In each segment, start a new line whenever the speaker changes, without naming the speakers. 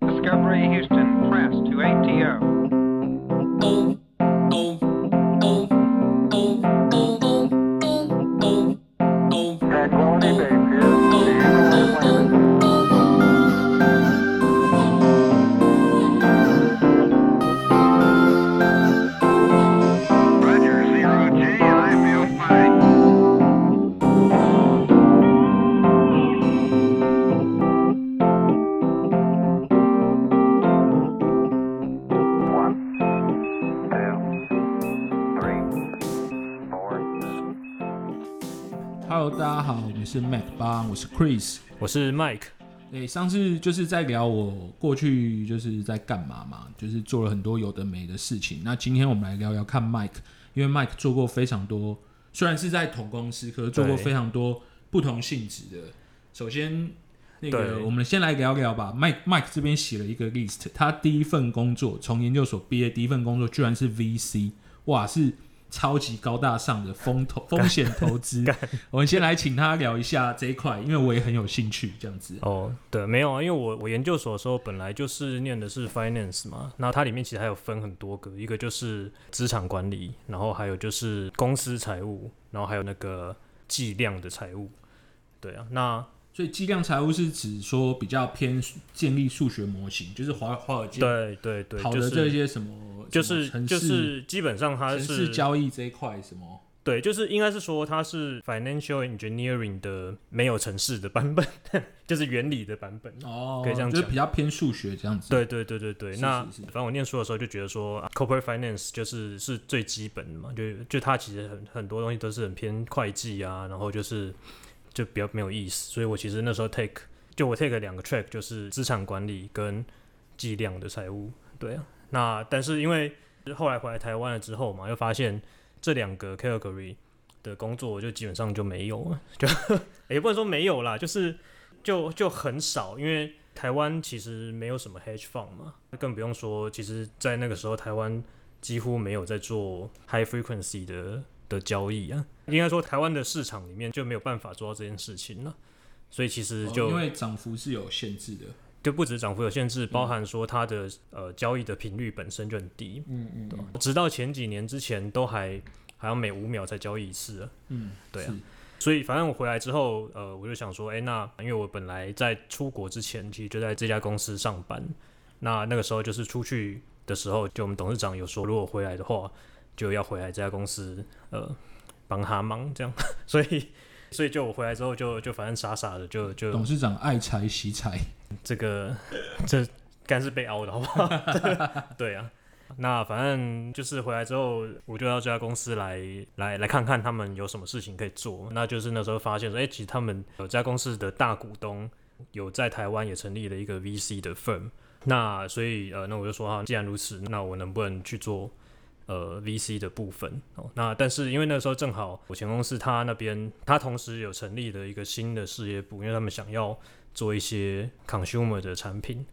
Henry Houston Press to ATO.
Tranquility Base here. The Eagle is landed.
Roger, zero G, and I feel fine.
One, two, three, four.
Hello，大家好，我们是 Mac 八，我是 Chris。
我是 Mike，
诶、欸上次就是在聊我过去就是在干嘛嘛，就是做了很多有的没的事情。那今天我们来聊聊看 Mike，因为 Mike 做过非常多，虽然是在同公司，可是做过
对
非常多不同性质的。首先，那个
对
我们先来聊聊吧。Mike Mike 这边写了一个 list，他第一份工作从研究所毕业，第一份工作居然是 VC，哇，是超级高大上的风投风险投资。我们先来请他聊一下这一块，因为我也很有兴趣这样子。
哦，对，没有啊，因为我我研究所的时候本来就是念的是 finance 嘛，那它里面其实还有分很多个，一个就是资产管理，然后还有就是公司财务，然后还有那个计量的财务，对啊，那
所以计量财务是指说比较偏建立数学模型，就是华华尔街
对对对，
跑
就
的这
是
些什么，
就
什么
是
城市
就是基本上它
城
是
市交易这一块什么。
对，就是应该是说它是 financial engineering 的没有城市的版本， 就是原理的版本，
哦，
可以这样
就是
讲
比较偏数学这样子。
对对对对对，
是
那
是是
反正我念书的时候就觉得说、啊 corporate finance 就是是最基本的嘛，就就它其实很很多东西都是很偏会计啊，然后就是就比较没有意思，所以我其实那时候 take 就我 take 了两个 track 就是资产管理跟计量的财务，对啊，那但是因为后来回来台湾了之后嘛，又发现这两个 category 的工作就基本上就没有了， 就也不能说没有啦，就是就就很少，因为台湾其实没有什么 hedge fund 嘛，更不用说，其实，在那个时候台湾几乎没有在做 high frequency 的的交易啊，应该说台湾的市场里面就没有办法做到这件事情了，所以其实
哦
就、
因为涨幅是有限制的。
就不止涨幅有限制，包含说它的呃交易的频率本身就很低，嗯嗯，对吧直到前几年之前都还好像每五秒才交易一次啊，
嗯，
对啊
是。
所以反正我回来之后，呃，我就想说，哎、那因为我本来在出国之前，其实就在这家公司上班。那那个时候就是出去的时候，就我们董事长有说，如果回来的话，就要回来这家公司，呃，帮他忙这样。 所以，所以就我回来之后就，就反正傻傻的就就
董事长爱财惜财，
这个 这干是被凹的好不好？ 这个对啊，那反正就是回来之后，我就到这家公司来来来看看他们有什么事情可以做。那就是那时候发现说，哎、其实他们有这家公司的大股东有在台湾也成立了一个 VC 的 firm。那所以呃，那我就说哈，既然如此，那我能不能去做呃 VC 的部分哦。那但是因为那时候正好我前公司他那边他同时有成立了一个新的事业部，因为他们想要做一些 consumer 的产品，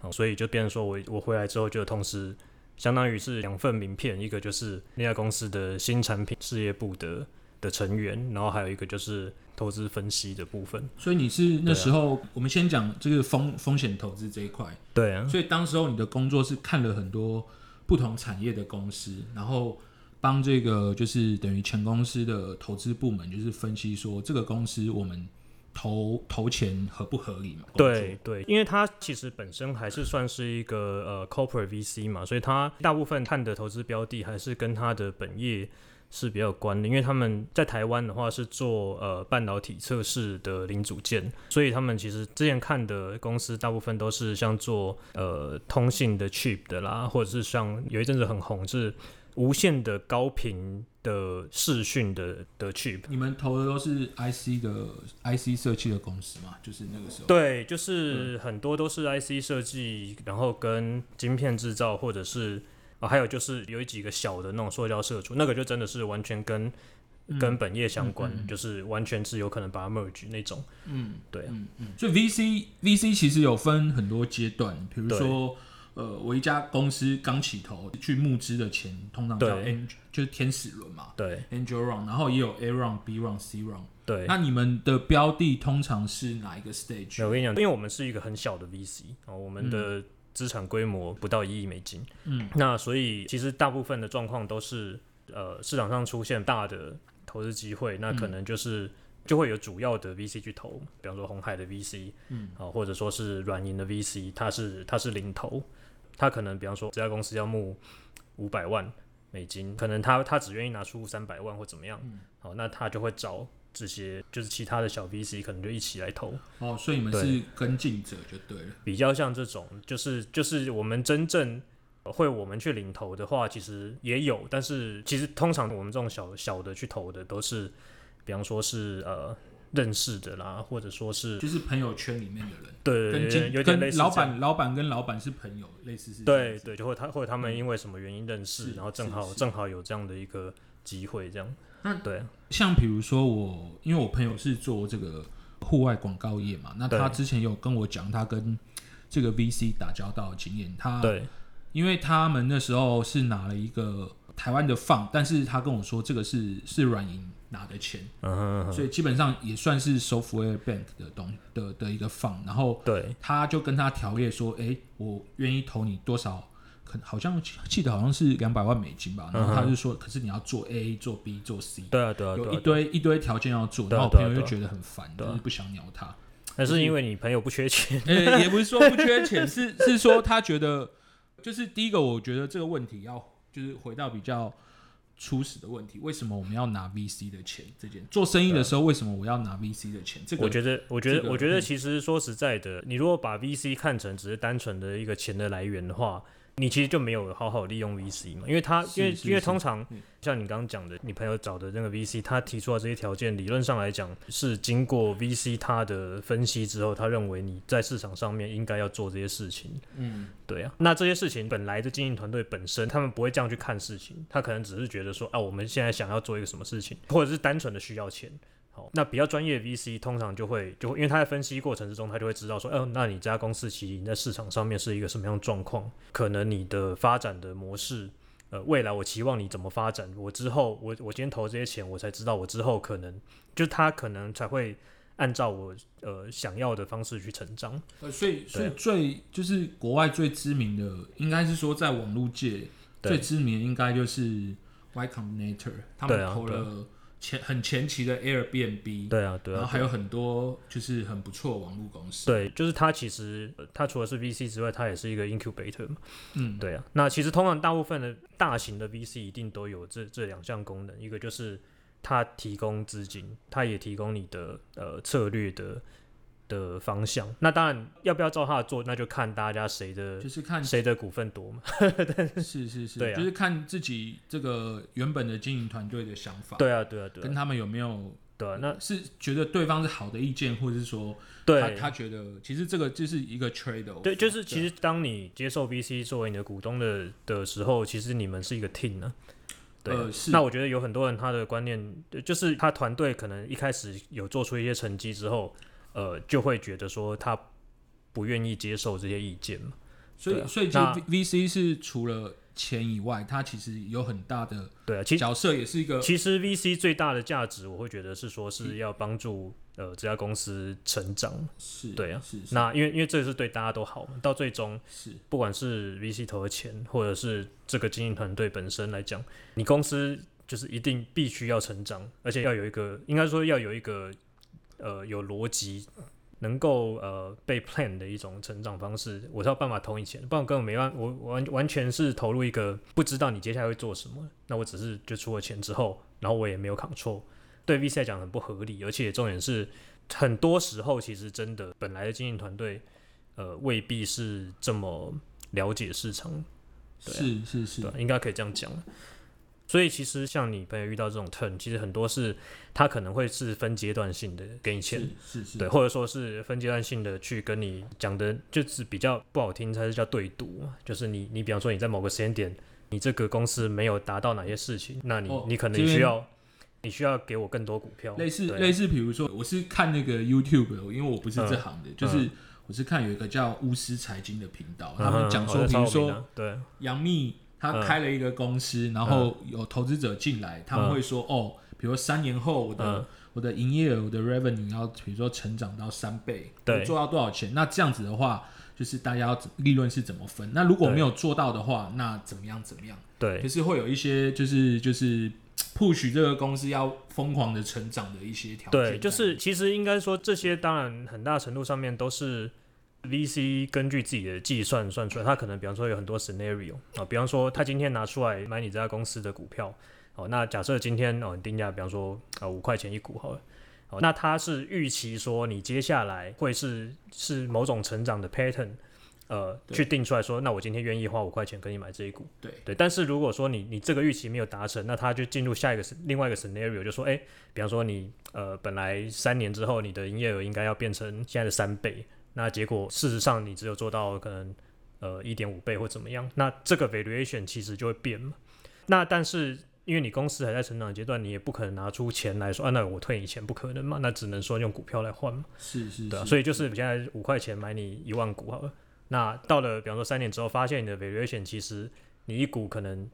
哦，所以就变成说我我回来之后就同时相当于是两份名片，一个就是那家公司的新产品事业部的的成员，然后还有一个就是投资分析的部分。
所以你是
啊
那时候，我们先讲这个风风险投资这一块。
对啊，
所以当时候你的工作是看了很多不同产业的公司，然后帮这个就是等于前公司的投资部门就是分析说这个公司我们投投钱合不合理嘛？
对对，因为它其实本身还是算是一个呃 corporate VC 嘛，所以它大部分看的投资标的还是跟它的本业是比较有关的，因为他们在台湾的话是做呃半导体测试的零组件，所以他们其实之前看的公司大部分都是像做呃通信的 chip 的啦，或者是像有一阵子很红是无线的高频的视讯的的 chip，
你们投的都是 IC 的 IC 设计的公司嘛？就是那个时候。
对，就是很多都是 IC 设计，然后跟晶片制造，或者是啊，还有就是有几个小的那种塑胶射出，那个就真的是完全跟、跟本业相关，就是完全是有可能把它 merge 那种。嗯，对啊，
所以 VC VC 其实有分很多阶段，比如
对
说，呃，我一家公司刚起头去募资的钱，通常叫
对
Angel，就是天使轮嘛
对
，Angel Round，然后也有 A Round、B Round、C Round。
对。
那你们的标的通常是哪一个
没
stage？
有我跟你讲，因为我们是一个很小的 VC 哦，我们的资产规模不到一亿美金。
嗯，
那所以其实大部分的状况都是呃市场上出现大的投资机会，那可
嗯
能就是。就会有主要的 VC 去投，比方说红海的 VC，
嗯，
啊、或者说是软银的 VC，它是它是领头，它可能比方说这家公司要募五百万美金，可能他他只愿意拿出三百万或怎么样，
嗯
好，那他就会找这些就是其他的小 VC 可能就一起来投，
哦，所以你们
对
是跟进者就对了。
比较像这种，就是就是我们真正呃会我们去领投的话，其实也有，但是其实通常我们这种小小的去投的都是，比方说是呃认识的啦，或者说是
就是朋友圈里面的人，
对对
跟
对，
经
有点类
跟
似
老
这样
板，老板跟老板是朋友，类似是这样
对
子。嗯
对，就会他或者他们因为什么原因认识，
是
然后正
是
好
是
正好有这样的一个机会，这样
那
对啊
像比如说我，因为我朋友是做这个户外广告业嘛，那他
对
之前有跟我讲他跟这个 VC 打交道的经验，他
对
因为他们那时候是拿了一个台湾的放，但是他跟我说这个是是软银拿的钱，
嗯哼嗯哼
所以基本上也算是 software bank 的东的的一个放，然后
对
他就跟他条列说，诶，我愿意投你多少？可好像记得好像是两百万美金吧，然后他就说，可是你要做 A、做 B、做 C，
嗯对啊对啊
有
对
一
啊对啊，
堆一堆条件要做，
对
然后
啊
我
对啊
朋友
对
就
啊
觉得很烦，
对啊
就是不想鸟他。
那是因为你朋友不缺钱，
呃，也不是说不缺钱，是是说他觉得，就是第一个，我觉得这个问题要就是回到比较初始的问题，为什么我们要拿 VC 的钱？这件做生意的时候，为什么我要拿 VC 的钱？这个
啊我觉得，我觉
这
得，
个
我觉
嗯
得，其实说实在的，你如果把 VC 看成只是单纯的一个钱的来源的话，你其实就没有好好利用 VC 嘛，因为他，
是
因为
是
因为
是
通常
嗯
像你刚刚讲的，你朋友找的那个 VC，他提出来这些条件，理论上来讲是经过 VC 他的分析之后，他认为你在市场上面应该要做这些事情，
嗯，
对啊，那这些事情本来的经营团队本身，他们不会这样去看事情，他可能只是觉得说，啊，我们现在想要做一个什么事情，或者是单纯的需要钱。好，那比较专业的 VC 通常就会就会，因为他在分析过程之中，他就会知道说，嗯、那你这家公司其实你在市场上面是一个什么样的状况，可能你的发展的模式。呃，未来我期望你怎么发展？我之后，我我今天投这些钱，我才知道我之后可能，就他可能才会按照我呃想要的方式去成长。
呃，所以所以
对啊
最就是国外最知名的，应该是说在网络界
对
最知名的，应该就是 Y Combinator，他
对
们
啊
投
对啊
了前很前期的 Airbnb，、
对啊，对啊，
然后还
对啊
有很多就是很不错的网络公司，
对，就是它其实呃它除了是 VC 之外，它也是一个 incubator 嘛。
嗯，
对啊，那其实通常大部分的大型的 VC 一定都有这这两项功能，一个就是它提供资金，它也提供你的呃策略的的方向。那当然要不要照它的做，那就看大家谁的
就是看
谁的股份多嘛。
是是是，
对啊
就是看自己这个原本的经营团队的想法，
对啊，对啊，对
跟
啊，
他们有没有
对啊，那
是觉得对方是好的意见，或者是说他
对
他觉得其实这个就是一个啊 trade off，
对，就是其实当你接受 VC 作为你的股东的的时候，其实你们是一个 team 呢、对啊、
呃是
那我觉得有很多人他的观念，呃就是他团队可能一开始有做出一些成绩之后，呃，就会觉得说他不愿意接受这些意见嘛。
所以
对啊
所以就
那
V- VC 是除了钱以外，它其实有很大的
对啊，其
角色，也是一个
其实 VC 最大的价值，我会觉得是说
嗯
是要帮助呃这家公司成长。
是
对啊
是是
那因为因为这是对大家都好嘛，到最终
是
不管是 VC 投的钱，或者是这个经营团队本身来讲，你公司就是一定必须要成长，而且要有一个，应该说要有一个呃有逻辑，能够呃被 plan 的一种成长方式，我才有办法投你钱，不然根本没办，我我完完全是投入一个不知道你接下来会做什么，那我只是就出了钱之后，然后我也没有 control，对 VC 来讲很不合理，而且重点是很多时候其实真的本来的经营团队。呃，未必是这么了解市场，对啊
是是是
对吧，应该可以这样讲。啊所以其实像你朋友遇到这种 turn，其实很多是他可能会是分阶段性的给你钱
是，是是
对，或者说是分阶段性的去跟你讲的，就是比较不好听，它是叫对赌嘛，就是你你比方说你在某个时间点，你这个公司没有达到哪些事情，那你、
哦
你可
这
能
边
需要你需要给我更多股票，
类似
对啊嗯
类似，比如说我是看那个 YouTube，的因为我不是这行的，就是我是看有一个叫巫师财经的频道，他
嗯
们
哼
讲
哦
说，
这
比
超
如
有名
说
的对
杨幂她
嗯
开了一个公司，然后有投资者进来，他们
嗯
会说哦，比如说三年后我的
嗯
我的营业额我的 revenue 要比如说成长到三倍，
对
我做到多少钱？那这样子的话，就是大家要怎利润是怎么分。那如果没有做到的话，那怎么样怎么样？就
对
是会有一些就是就是 push 这个公司要疯狂的成长的一些条件在。
对，就是其实应该说这些，当然很大程度上面都是 VC 根据自己的计算算出来。他可能比方说有很多 scenario 啊，比方说他今天拿出来买你这家公司的股票，哦，那假设今天哦你定价比方说啊五块钱一股好了。哦，那他是预期说你接下来会是是某种成长的 pattern，呃，
对
去定出来说，那我今天愿意花五块钱跟你买这一股，
对
对，但是如果说你你这个预期没有达成，那他就进入下一个 s- 另外一个 scenario，就说，哎，比方说你呃本来三年之后你的营业额应该要变成现在的三倍，那结果事实上你只有做到可能呃一点五倍或怎么样，那这个 valuation 其实就会变嘛。那但是因为你公司还在成长阶段，你也不可能拿出钱来说，啊，那我退你钱不可能嘛，那只能说用股票来换嘛。
是是
对啊，
是，
所以就是现在五块钱买你一万股好了，那到了比方说三年之后，发现你的 valuation 其实你一股可能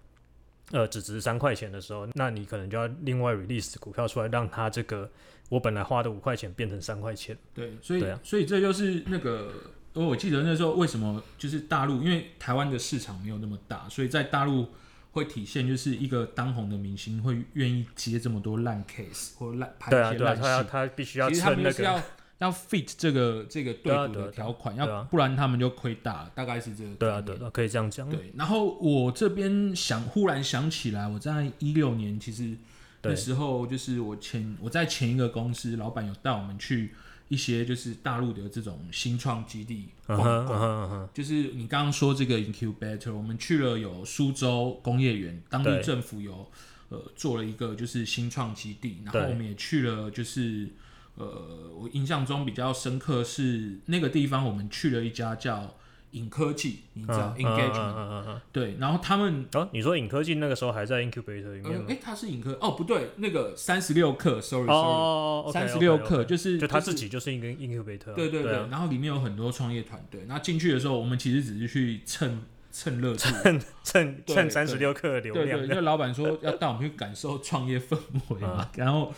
呃只值三块钱的时候，那你可能就要另外 release 股票出来，让它这个我本来花的五块钱变成三块钱。
对，所以、
对啊
所以这就是那个，呃我记得那时候为什么就是大陆，因为台湾的市场没有那么大，所以在大陆会体现就是一个当红的明星会愿意接这么多烂 case 或烂拍
对啊，
一些
对啊，
烂
他要
戏。
他必须要
其实他
撑
们
那
就是
个，
要要 fit 这个这个
对啊
对赌
对啊
的条款，
对啊
要不然他们就亏大了，大概是这个概念。
对啊，对啊，可以这样讲。
嗯对，然后我这边想，忽然想起来，我在一六年，其实
对
那时候就是我前我在前一个公司，老板有带我们去一些就是大陆的这种新创基地
嗯
逛
哼嗯
逛。
哼嗯哼，
就是你刚刚说这个 incubator，我们去了有苏州工业园，当地
对
政府有呃做了一个就是新创基地，然后
对
我们也去了就是呃我印象中比较深刻是那个地方，我们去了一家叫影科技，你知道、
嗯
engagement
嗯嗯嗯嗯
对，然后他们，
嗯。哦，你说影科技那个时候还在 incubator 里
呃
面，吗？
诶，他是影科哦，不对，那个三十六课
哦
，sorry，sorry，
哦，哦
三十六，
OK，OK，OK
课就是
就他
是
自己就是一个 incubator 啊。
对对
对
对，
啊，
然后里面有很多创业团队，那进去的时候，我们其实只是去蹭蹭热度，
趁
对
趁
对
三十六课的流
对
量嗯
对，因为老板说要带我们去感受创业氛围嘛， 然后。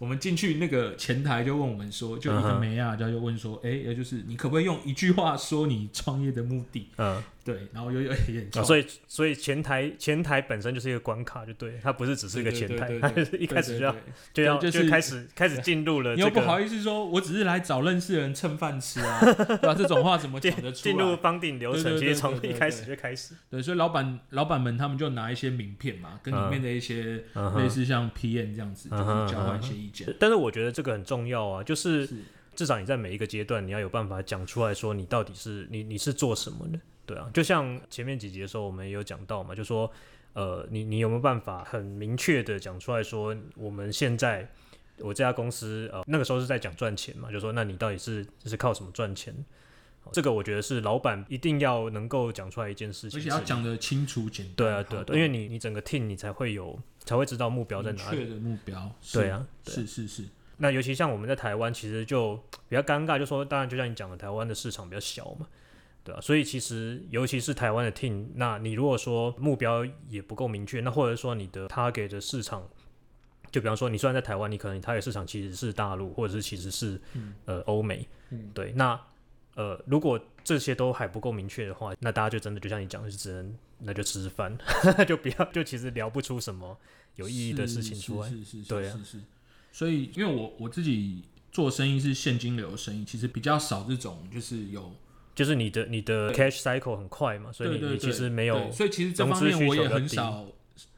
我们进去那个前台就问我们说，就一
嗯
个
哼
梅亚，他就问说，哎、也就是你可不可以用一句话说你创业的目的？
嗯，
对，然后又有一点
啊，
创
所以所以前台前台本身就是一个关卡，就对，它不是只是一个
对
前
对
台，
对
它
对
是一
对
开始
对
就要
对
就要
对就
就是开始开始进入了
你
呃这
又不好
个
意思说，我只是来找认识的人蹭饭吃 啊，对吧、这种话怎么讲得
进
出
进入
来？
方顶流程，
对对
其
对
实从
对对
一
对
开始就开始，
对，所以老板老板们他们就拿一些名片嘛，跟里面的一些
嗯
类
哼。
似像 PM 这样子，就
嗯哼
是交换一些意见。
但是我觉得这个很重要啊，就是
是，
至少你在每一个阶段，你要有办法讲出来说你到底是你你是做什么的，对啊，就像前面几集的时候我们也有讲到嘛，就说呃，你你有没有办法很明确的讲出来说我们现在我这家公司呃那个时候是在讲赚钱嘛，就说那你到底是是靠什么赚钱？哦这个我觉得是老板一定要能够讲出来一件事情
而
是，
且要讲得清楚简单。
对啊对啊，
好
对因为你你整个 team 你才会有才会知道目标在
明
哪
确
里，
的目标。是
对，啊，对啊
是是是，
那尤其像我们在台湾，其实就比较尴尬，就说当然就像你讲的，台湾的市场比较小嘛，对啊，所以其实尤其是台湾的 team，那你如果说目标也不够明确，那或者说你的 target 的市场，就比方说你虽然在台湾，你可能你 target 市场其实是大陆，或者是其实是、呃欧美，
嗯
对，那呃如果这些都还不够明确的话，那大家就真的就像你讲的，就只能那就吃饭， 就不要就其实聊不出什么有意义的事情
是
出来，
是是是，
对啊
是是。所以，因为我我自己做生意是现金流的生意，其实比较少这种就是有
就是你的你的 cash cycle 很快嘛，所以
对
你
对
你
对，
其实没有
对所以其实这
融
方
资需
面我
求
也
比较
很
低
少，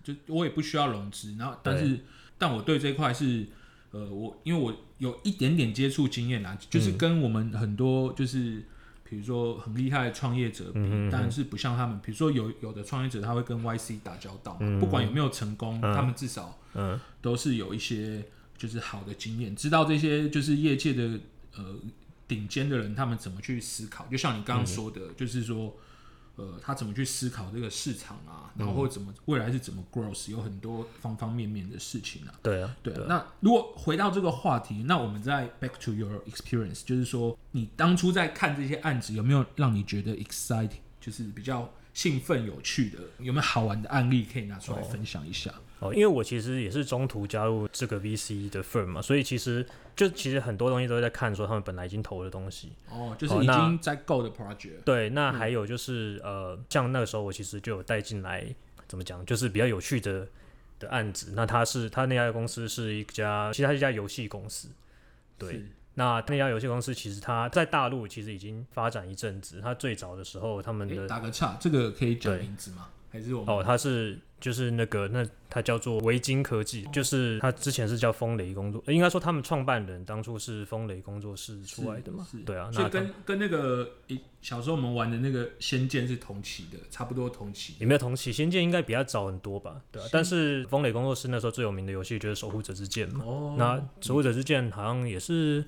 就我也不需要融资。然后，但
对
是但我对这一块是，呃，我因为我有一点点接触经验啦，啊
嗯
就是跟我们很多就是。比如说很厉害的创业者比，
嗯哼
但是不像他们。比如说有有的创业者他会跟 YC 打交道嘛，
嗯
不管有没有成功，
嗯
他们至少
嗯
都是有一些就是好的经验，知道这些就是业界的呃顶尖的人他们怎么去思考。就像你
嗯
刚刚说的，就是说呃他怎么去思考这个市场啊，
嗯
然后或怎么未来是怎么 growth，有很多方方面面的事情啊。
对啊
对啊，那如果回到这个话题，那我们再 back to your experience，就是说你当初在看这些案子，有没有让你觉得 exciting，就是比较兴奋有趣的，有没有好玩的案例可以拿出来分享一下？
哦，因为我其实也是中途加入这个 VC 的 firm 嘛，所以其实就其实很多东西都在看说他们本来已经投的东西。
哦，就是
哦
已
那
经在 go 的 project，
对，那还有就是、呃，像那个时候我其实就有带进来，怎么讲，就是比较有趣的的案子。那他是他那家公司是一家，其实它是一家游戏公司。对，
是
那那家游戏公司其实它在大陆其实已经发展一阵子。它最早的时候，他们
诶
的
打个岔，这个可以讲
对
名字吗？还是我们
哦，它是就是那个那它叫做维京科技，就是它之前是叫风雷工作，呃应该说他们创办人当初是风雷工作室
是
出来的嘛
是，
对啊，
所
那
以跟跟那个诶小时候我们玩的那个《仙剑》是同期的，差不多同期
也没有同期，《仙剑》应该比较早很多吧，对啊
是，
但是风雷工作室那时候最有名的游戏就是《守护者之剑》嘛，
哦
那《守护者之剑》好像也是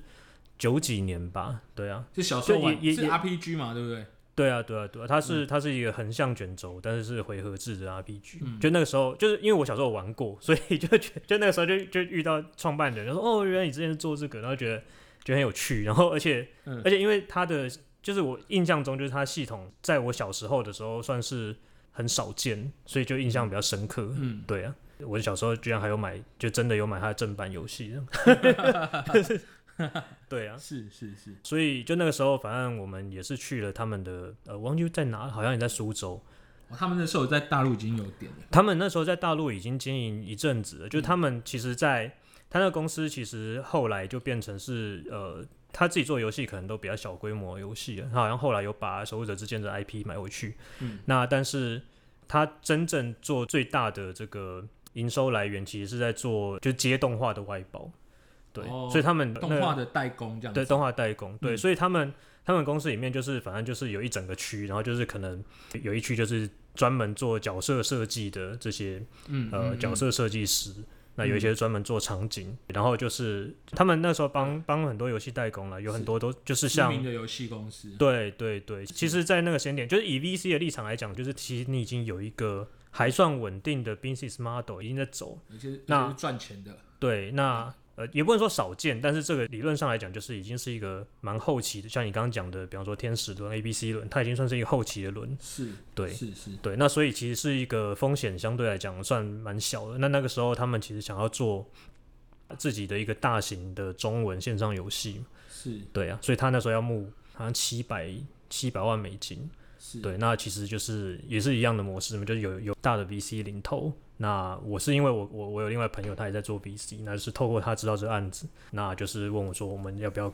九几年吧，对啊，
是小时候
就也
玩
也
是
也
RPG 嘛，对不对？
对啊，对啊，对啊，它是、它是一个横向卷轴，但是是回合制的 RPG、
嗯
就那个时候，就是因为我小时候玩过，所以 就觉就那个时候就就遇到创办人，就说哦，原来你之前是做这个，然后觉得觉得很有趣，然后而且、
嗯
而且因为它的就是我印象中就是它系统在我小时候的时候算是很少见，所以就印象比较深刻。
嗯，
对啊，我小时候居然还有买，就真的有买它的正版游戏。这样 对啊，
是是是，
所以就那个时候，反正我们也是去了他们的，呃，我忘记在哪，好像也在苏州。
哦他们那时候在大陆已经有点了，
他们那时候在大陆已经经营一阵子了，
嗯
就是他们其实在，他那个公司其实后来就变成是，呃，他自己做游戏可能都比较小规模游戏了，他好像后来有把《守护者之剑》的 IP 买回去，
嗯，
那但是他真正做最大的这个营收来源，其实是在做就是接动画的外包，对，
哦
所以他们那个
动画的代工这样
对
子，
动画代工，对，
嗯
所以他们他们公司里面就是反正就是有一整个区，然后就是可能有一区就是专门做角色设计的这些
嗯
呃
嗯
角
嗯
色设计师，那有一
嗯
些专门做场景，然后就是他们那时候帮帮很多游戏代工了，有很
是
多都就是
知
像
名的游戏公司，
对对对，其实，在那个时间点，就是以 VC 的立场来讲，就是其实你已经有一个还算稳定的 business model 已经在走，
有些有
那
些是赚钱的，
对，那呃也不能说少见，但是这个理论上来讲，就是已经是一个蛮后期的，像你刚刚讲的，比方说天使轮、A、B、C 轮，它已经算是一个后期的轮。
是，
对
是是，
对，那所以其实是一个风险相对来讲算蛮小的。那那个时候他们其实想要做自己的一个大型的中文线上游戏，
是
对啊，所以他那时候要募好像七百七百万美金，
是，
对，那其实就是也是一样的模式嘛，就是有有大的 VC 领头。那我是因为我我我有另外朋友，他也在做 VC，那就是透过他知道这个案子，那就是问我说我们要不要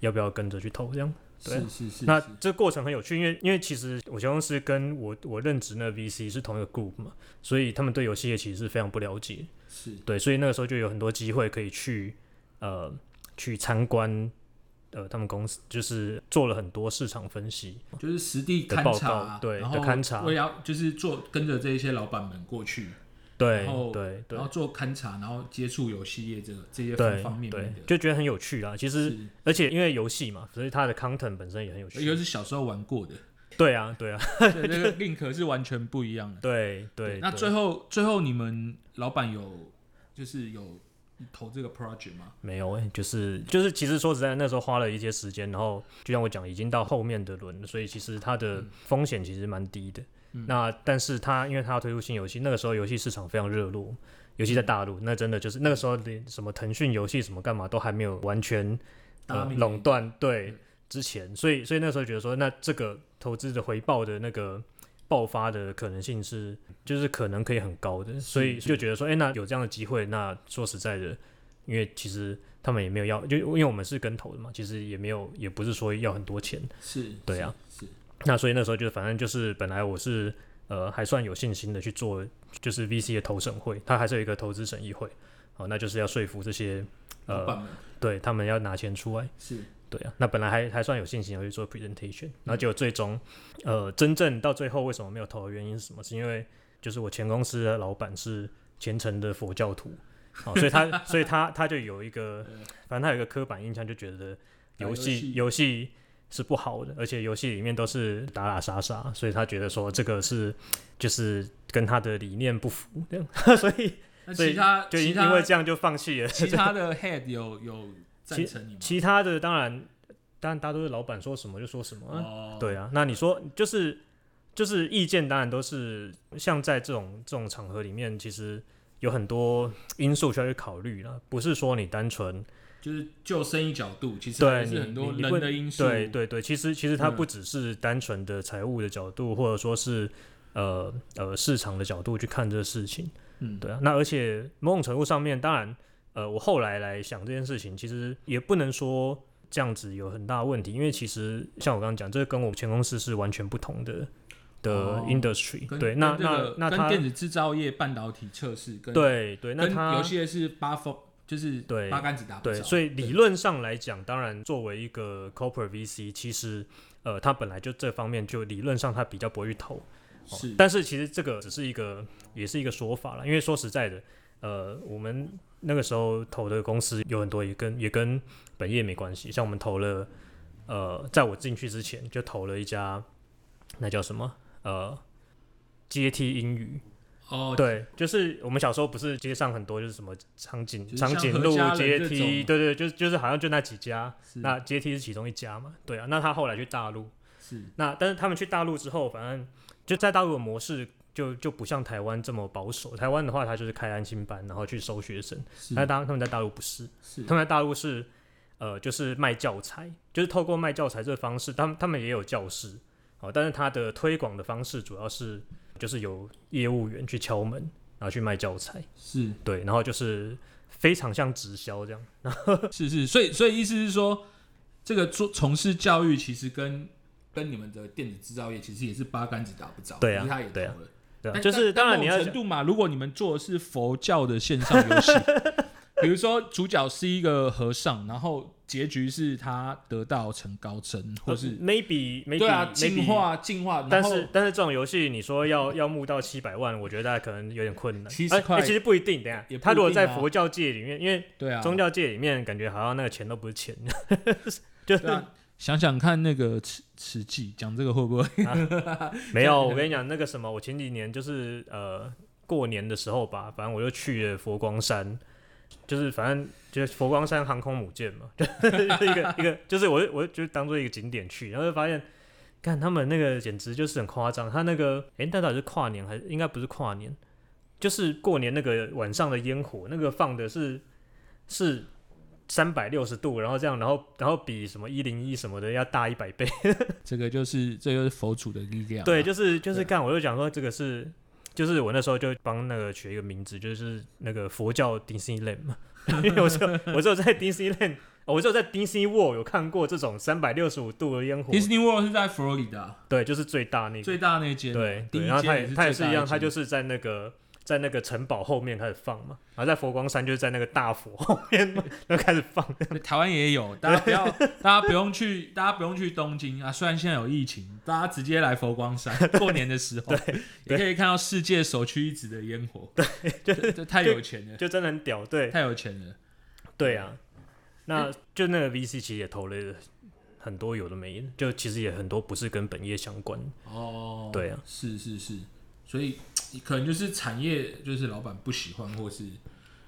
要不要跟着去投这样。对
是是是，
那
是
这过程很有趣，因为因为其实我前公司跟我我任职那个 VC 是同一个 group 嘛，所以他们对游戏业其实是非常不了解。
是
对，所以那个时候就有很多机会可以去呃去参观呃他们公司，就是做了很多市场分析。
就是实地
的
勘
报
察
告，对
然
的
后
勘察
我也要就是做跟着这些老板们过去，
对
然后
对对
然后，做勘察，然后接触游戏业这个这些方
对
方面
对
面，的，
就觉得很有趣啦。其实，
是
而且因为游戏嘛，所以它的 content 本身也很有
尤
趣。
其是小时候玩过的，
对啊，对啊，
对那个 link 是完全不一样的。
对对。
那
对
最后最后你们老板有就是有投这个 project 吗？
没有哎、就是就是，其实说实在，那时候花了一些时间，然后就像我讲，已经到后面的轮了，所以其实它的风险其实蛮低的。
嗯
那但是它因为它要推出新游戏，那个时候游戏市场非常热络，尤其在大陆，那真的就是那个时候连什么腾讯游戏什么干嘛都还没有完全
大
呃
名
垄断对
嗯
之前，所以所以那时候觉得说，那这个投资的回报的那个爆发的可能性是，就是可能可以很高的，所以就觉得说，哎、那有这样的机会，那说实在的，因为其实他们也没有要，就因为我们是跟投的嘛，其实也没有，也不是说要很多钱，
是，
对啊
是，是
那所以那时候就反正就是本来我是呃还算有信心的去做，就是 VC 的投审会，它还是有一个投资审议会，好、那就是要说服这些
老
呃
板们
对他们要拿钱出来。
是
对啊，那本来还还算有信心要去做 presentation，然后
嗯
结果最终，呃，真正到最后为什么没有投的原因是什么？是因为就是我前公司的老板是虔诚的佛教徒，哦，所 以他所以他他就有一个
对，
反正他有一个刻板印象，就觉得
打
游
游戏
戏游戏是不好的，而且游戏里面都是打打杀杀，所以他觉得说这个是就是跟他的理念不符，这样， 所以
那
所以
其他
就
其
因
他
因为这样就放弃了。
其他的 head 有有赞成你吗？
其他的当然，当然大家都是老板说什么就说什么啊。
哦，
对啊，那你说就是就是意见当然都是像在这种这种场合里面，其实有很多因素需要去考虑了，不是说你单纯
就是就生意角度，其实还
对
是
你
很多
你你
人
不
的因素。
对对对，其实其实它
嗯
不只是单纯的财务的角度，或者说是呃呃市场的角度去看这个事情。
嗯，
对啊，那而且某种程度上面，当然，呃，我后来来想这件事情，其实也不能说这样子有很大的问题，因为其实像我刚刚讲，这个跟我前公司是完全不同的的
哦
industry、
跟
对，
跟
那
这个
那那
跟
它
电子制造业、半导体测试跟，
对对，那
跟
它
有些是八风，就是
对
八竿子打不
对，
着
所以理论上来讲，当然作为一个 corporate VC，其实呃，它本来就这方面就理论上它比较不会去投，哦
是
但是其实这个只是一个，也是一个说法了。因为说实在的，呃，我们那个时候投的公司有很多也跟也跟本业没关系，像我们投了，呃，在我进去之前就投了一家，那叫什么？呃，阶梯英语。
哦，
对，就是我们小时候不是街上很多就是什么长
就
颈
是像
长颈
何
鹿
家人
阶
这
梯，
种
对对，就是就是好像就那几家，
是
那阶梯是其中一家嘛，对啊。那他后来去大陆，
是
那但是他们去大陆之后，反正就在大陆的模式就就不像台湾这么保守。台湾的话，他就是开安心班，然后去收学生。
是
但当他们在大陆不是，
是
他们在大陆是呃，就是卖教材，就是透过卖教材这个方式，他们他们也有教室，哦，但是他的推广的方式主要是就是有业务员去敲门，然后去卖教材，
是
对，然后就是非常像直销这样。
是是，所以所以意思是说，这个做从事教育其实跟跟你们的电子制造业其实也是八竿子打不着，
对啊
可是他也投
对啊
了。
对啊、
但
就是
哎但但
当然你
某
要
程
讲
度嘛，如果你们做的是佛教的线上游戏， 比如说主角是一个和尚，然后结局是他得道成高僧，或是
maybe maybe
对啊，
呃嗯 maybe-
进化进化，
但
然后
是但是这种游戏，你说要要募到七百万，我觉得大家可能有点困难。
70
哎
块
哎其实不一定。等一下
也不一定啊
他如果在佛教界里面，因为
对啊，
宗教界里面感觉好像那个钱都不是钱，就是
对啊，想想看那个慈慈济讲这个会不 会？
没有。我跟你讲，那个什么，我前几年就是呃过年的时候吧，反正我就去了佛光山，就是反正就是佛光山航空母舰嘛， 就是一个一个，就是我就我就当做一个景点去，然后就发现。看他们那个简直就是很夸张，他那个诶，那到底是跨年还是应该不是跨年？就是过年那个晚上的烟火，那个放的是是三百六十度，然后这样，然后然后比什么一零一什么的要大一百倍，
这个就是这就是佛祖的力量啊、
对，就是就是
对
干，我就讲说这个是，就是我那时候就帮那个取一个名字，就是那个佛教 Disneyland 嘛， 因为我只有我只有在 Disneyland，哦我只有在 Disney World 有看过这种三百六十五度的烟火，
Disney World 是在佛罗里达
对，就是最大那个，
最大那间，
对
第
对，
一
然后它
间
也它也是一样，它就是是在那个。在那个城堡后面开始放嘛，然后在佛光山就是在那个大佛后面嘛， 就开始放。
最大一间台湾也有，大家不 要大家不用去，大家不用去东京啊，虽然现在有疫情，大家直接来佛光 山过年的时候，也可以看到世界首屈一指的烟火，对，这这太有钱了，
就真的很屌，对
太有钱了，
对啊，那就那个 VC 其实也投了很多有的没的，就其实也很多不是跟本业相关的，
哦，
对啊，
是是是，所以可能就是产业就是老板不喜欢，或是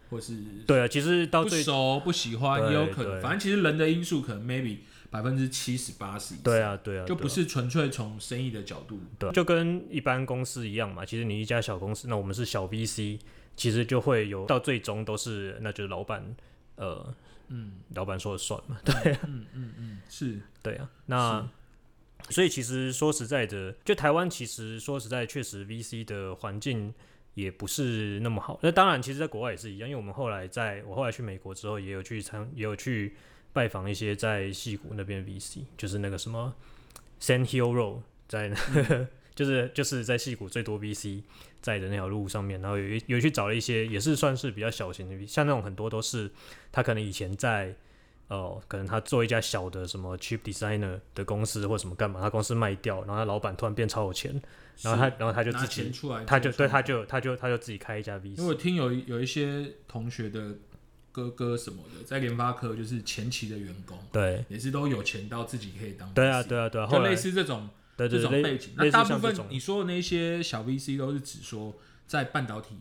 或是
对啊，其实到
不
最
熟不喜欢
对
也有可能，
对
反正其实人的因素可能 maybe 百分之七十八十以上，
对啊，对啊，
就
对啊
不是纯粹从生意的角度，
对啊就跟一般公司一样嘛。其实你一家小公司，那我们是小 VC，其实就会有到最终都是那就是老板呃，
嗯
老板说了算嘛。
嗯嗯嗯，是
对啊，那所以其实说实在的，就台湾其实说实在，确实 VC 的环境也不是那么好。那当然，其实在国外也是一样，因为我们后来在我后来去美国之后，也有去参，也有去拜访一些在戏谷那边的 VC，就是那个什么 San Hill Road，在那个、 就是就是在戏谷最多 VC 在的那条路上面，然后有一有去找了一些也是算是比较小型的 VC，像那种很多都是他可能以前在。哦，可能他做一家小的什么 chip designer 的公司或什么干嘛，他公司卖掉，然后他老板突然变超有钱，然后他然后
他
他就自
钱
己，
出来做创业，
他就对他就他就他就自己开一家 VC，
啊因为我听有有一些同学的哥哥什么的，在联发科就是前期的员工，
对
也是都有钱到自己可以当，
对啊，对啊对啊，后
就
来
类似这种
对
这
对
种
类
背景。
类
那
似
大
像
部
这
分
种
你说的那些小 VC 都是指说在半导体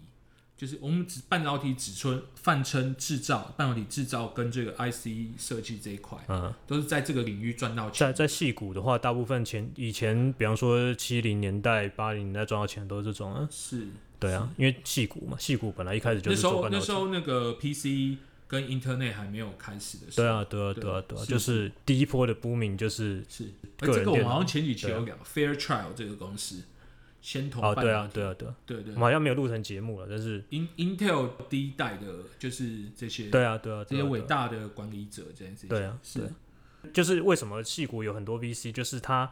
就是我们只半导体只称泛称制造，半导体制造跟这个 IC 设计这一块，
嗯，
都是在这个领域赚到
在
钱。
在戏骨的话，大部分前以前，比方说七零年代、八零年代赚到钱都是这种啊，
是
对啊，因为戏骨嘛，戏骨本来一开始就
那
是
时
做
候
半
那
导
时
体。
候那个 PC 跟 Internet 还没有开始的时候，
对啊，对啊，对啊，对啊，
是
就是第一波的 booming 就是
是，
个
哎
人
这个我
电
们
脑
好像前几期
对啊
有讲 Fairchild 这个公司，先头
哦，
半
对啊
导，体
对啊，对啊，
对对
我们好像没有录成节目了，但是
In Intel 第一代的就是这些
对啊，对啊，
这
对
些
啊
伟
对啊
大的管理者这件事情，
对啊，
是
对啊，就是为什么戏骨有很多 VC，就是他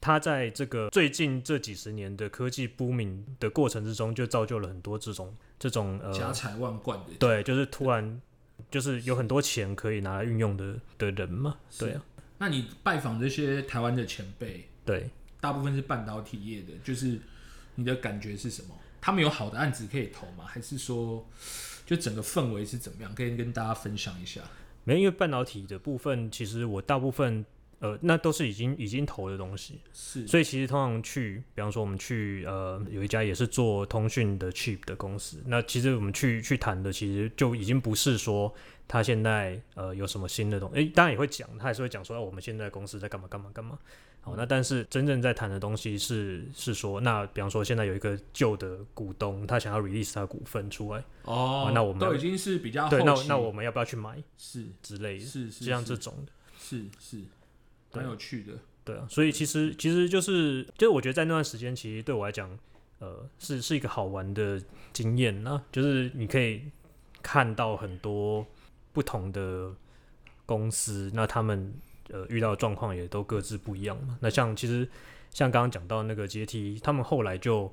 他在这个最近这几十年的科技 booming 的过程之中，就造就了很多这种这种
家
呃，
财万贯的，
对，就是突然就是有很多钱可以拿来运用的的人嘛，对啊，
那你拜访这些台湾的前辈，
对，
大部分是半导体业的，就是你的感觉是什么？他们有好的案子可以投吗？还是说，就整个氛围是怎么样？可以跟大家分享一下。
没有因为半导体的部分，其实我大部分呃，那都是已经已经投的东西，
是
所以其实通常去，比方说我们去呃有一家也是做通讯的 chip 的公司，那其实我们去去谈的，其实就已经不是说他现在呃有什么新的东西，诶当然也会讲，他还是会讲说、啊、我们现在公司在干嘛干嘛干嘛。好，那但是真正在谈的东西是是说，那比方说现在有一个旧的股东，他想要 release 他的股份出来，
哦
啊，那我们
都已经是比较
对，那
啊后期
那我们要不要去买
是
之类的，
是是
像这
是
种的。
是是
对
蛮有趣的，
对啊，所以其实其实就是就是我觉得在那段时间，其实对我来讲，呃，是是一个好玩的经验呢、就是你可以看到很多不同的公司，那他们呃遇到的状况也都各自不一样嘛。那像其实像刚刚讲到那个阶梯，他们后来就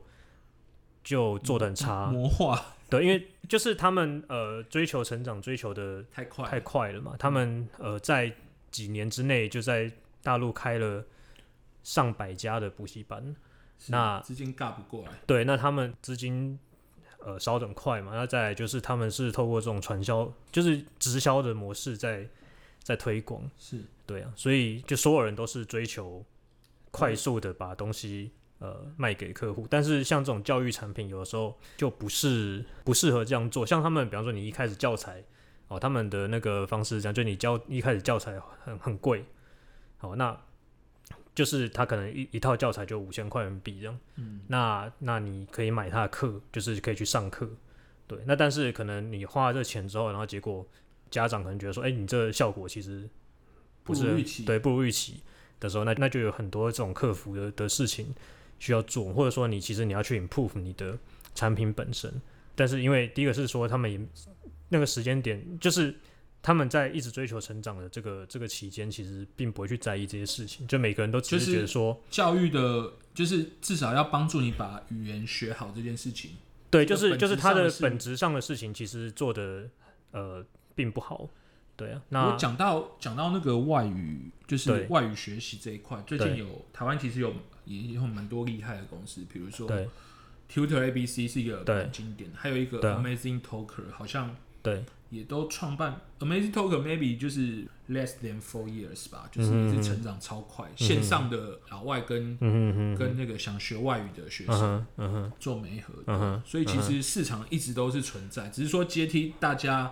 就做的很差，
魔化
对，因为就是他们呃追求成长，追求的
太快了，
太快了嘛。他们呃在几年之内就在大陆开了上百家的补习班，
是
那
资金尬不过来，
对，那他们资金呃烧得很快嘛。那再来就是他们是透过这种传销，就是直销的模式在在推广，
是
对啊，所以就所有人都是追求快速的把东西。呃，卖给客户，但是像这种教育产品，有的时候就不是不适合这样做。像他们，比方说你一开始教材，哦，他们的那个方式是这样，就你教一开始教材很很贵，好，那就是他可能一一套教材就五千块人民币这样，
嗯，
那那你可以买他的课，就是可以去上课，对，那但是可能你花了这钱之后，然后结果家长可能觉得说，哎、你这效果其实不
不
是
如
很
预期
对，不如预期的时候，那那就有很多这种客服的的事情需要做，或者说你其实你要去 improve 你的产品本身，但是因为第一个是说他们也那个时间点，就是他们在一直追求成长的这个这个期间，其实并不会去在意这些事情，就每个人都只
就是是
觉得说，
教育的，就是至少要帮助你把语言学好这件事情。
对，
这个
就是
本
就是
质
他
上
的
的事
本质上的事情，其实做的呃并不好，对啊，
我
那
讲到讲到那个外语，就是
对
外语学习这一块，最近
对
有台湾其实有也有蛮多厉害的公司，比如说
对
Tutor ABC 是一个
对
蛮经典的，还有一个
对啊
Amazing Talker 好像
对
也都创办 Amazing Talker maybe 就是 less than four years 吧，就是也
嗯
是成长超快，线上的老外跟
嗯哼哼，
跟那个想学外语的学
嗯
生
哼嗯哼
做媒合的，
嗯哼，
所以其
嗯哼
实市场一直都是存在，只是说阶梯大家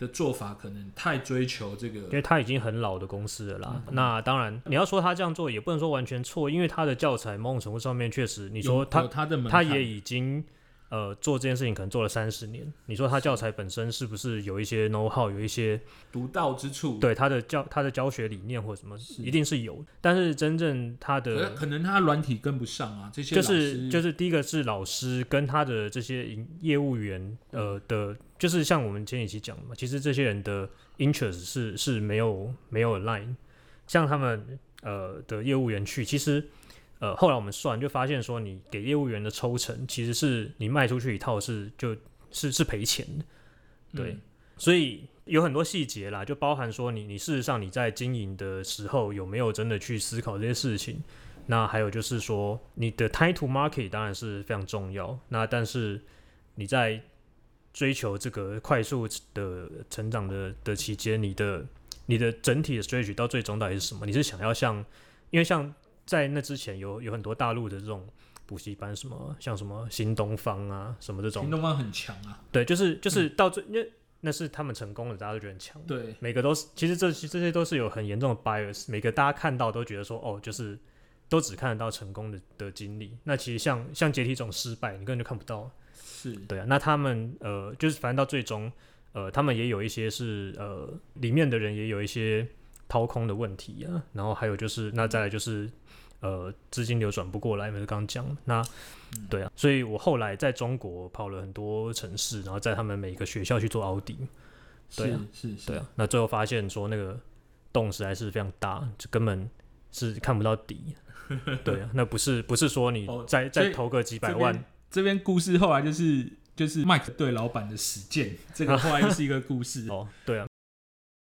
的做法可能太追求这个
因为他已经很老的公司了
嗯
啦，那当然你要说他这样做也不能说完全错，因为他的教材某种程度上面确实，你
有
说他
有他的门
他
槛
也已经呃做这件事情可能做了三十年。你说他教材本身是不是有一些 know how，有一些
独到之处，
对他的教他的教学理念或者什么，一定是有。但是真正他
可
的
可能他软体跟不上啊，这些
就
老
是
师
就是第一个是老师跟他的这些营业务员
嗯
呃的，就是像我们前几期讲的嘛，其实这些人的 interest 是是没有没有 line，像他们呃的业务员去，其实呃后来我们算就发现说，你给业务员的抽成其实是你卖出去一套是就是是赔钱的，对，
嗯
所以有很多细节啦，就包含说你你事实上你在经营的时候有没有真的去思考这些事情。那还有就是说，你的 title market 当然是非常重要。那但是你在追求这个快速的成长的的期间，你的你的整体的 strategy 到最终到底是什么？你是想要像，因为像在那之前有有很多大陆的这种补习班，什么像什么新东方啊，什么这
行
种，
动方很强啊，
对，就是就是到最，因为那是他们成功了，大家都觉得很强。
对，
每个都是，其实这这些都是有很严重的 bias，每个大家看到都觉得说，哦，就是都只看得到成功的的经历。那其实像像解体这种失败，你根本就看不到。
是
对啊，那他们呃，就是反正到最终，呃，他们也有一些是呃，里面的人也有一些掏空的问题啊，然后还有就是，那再来就是呃，资金流转不过来，不是刚刚讲了那
嗯
对啊，所以我后来在中国跑了很多城市，然后在他们每个学校去做奥迪，对
是
啊
是是，
对啊，那最后发现说那个洞实在是非常大，就根本是看不到底。对啊，那不是不是说你
哦
再、
所
再
以
投个几百
这
万
边，这边故事后来就是就是 Mike 对老板的实践，这个后来又是一个故事
哦，对啊，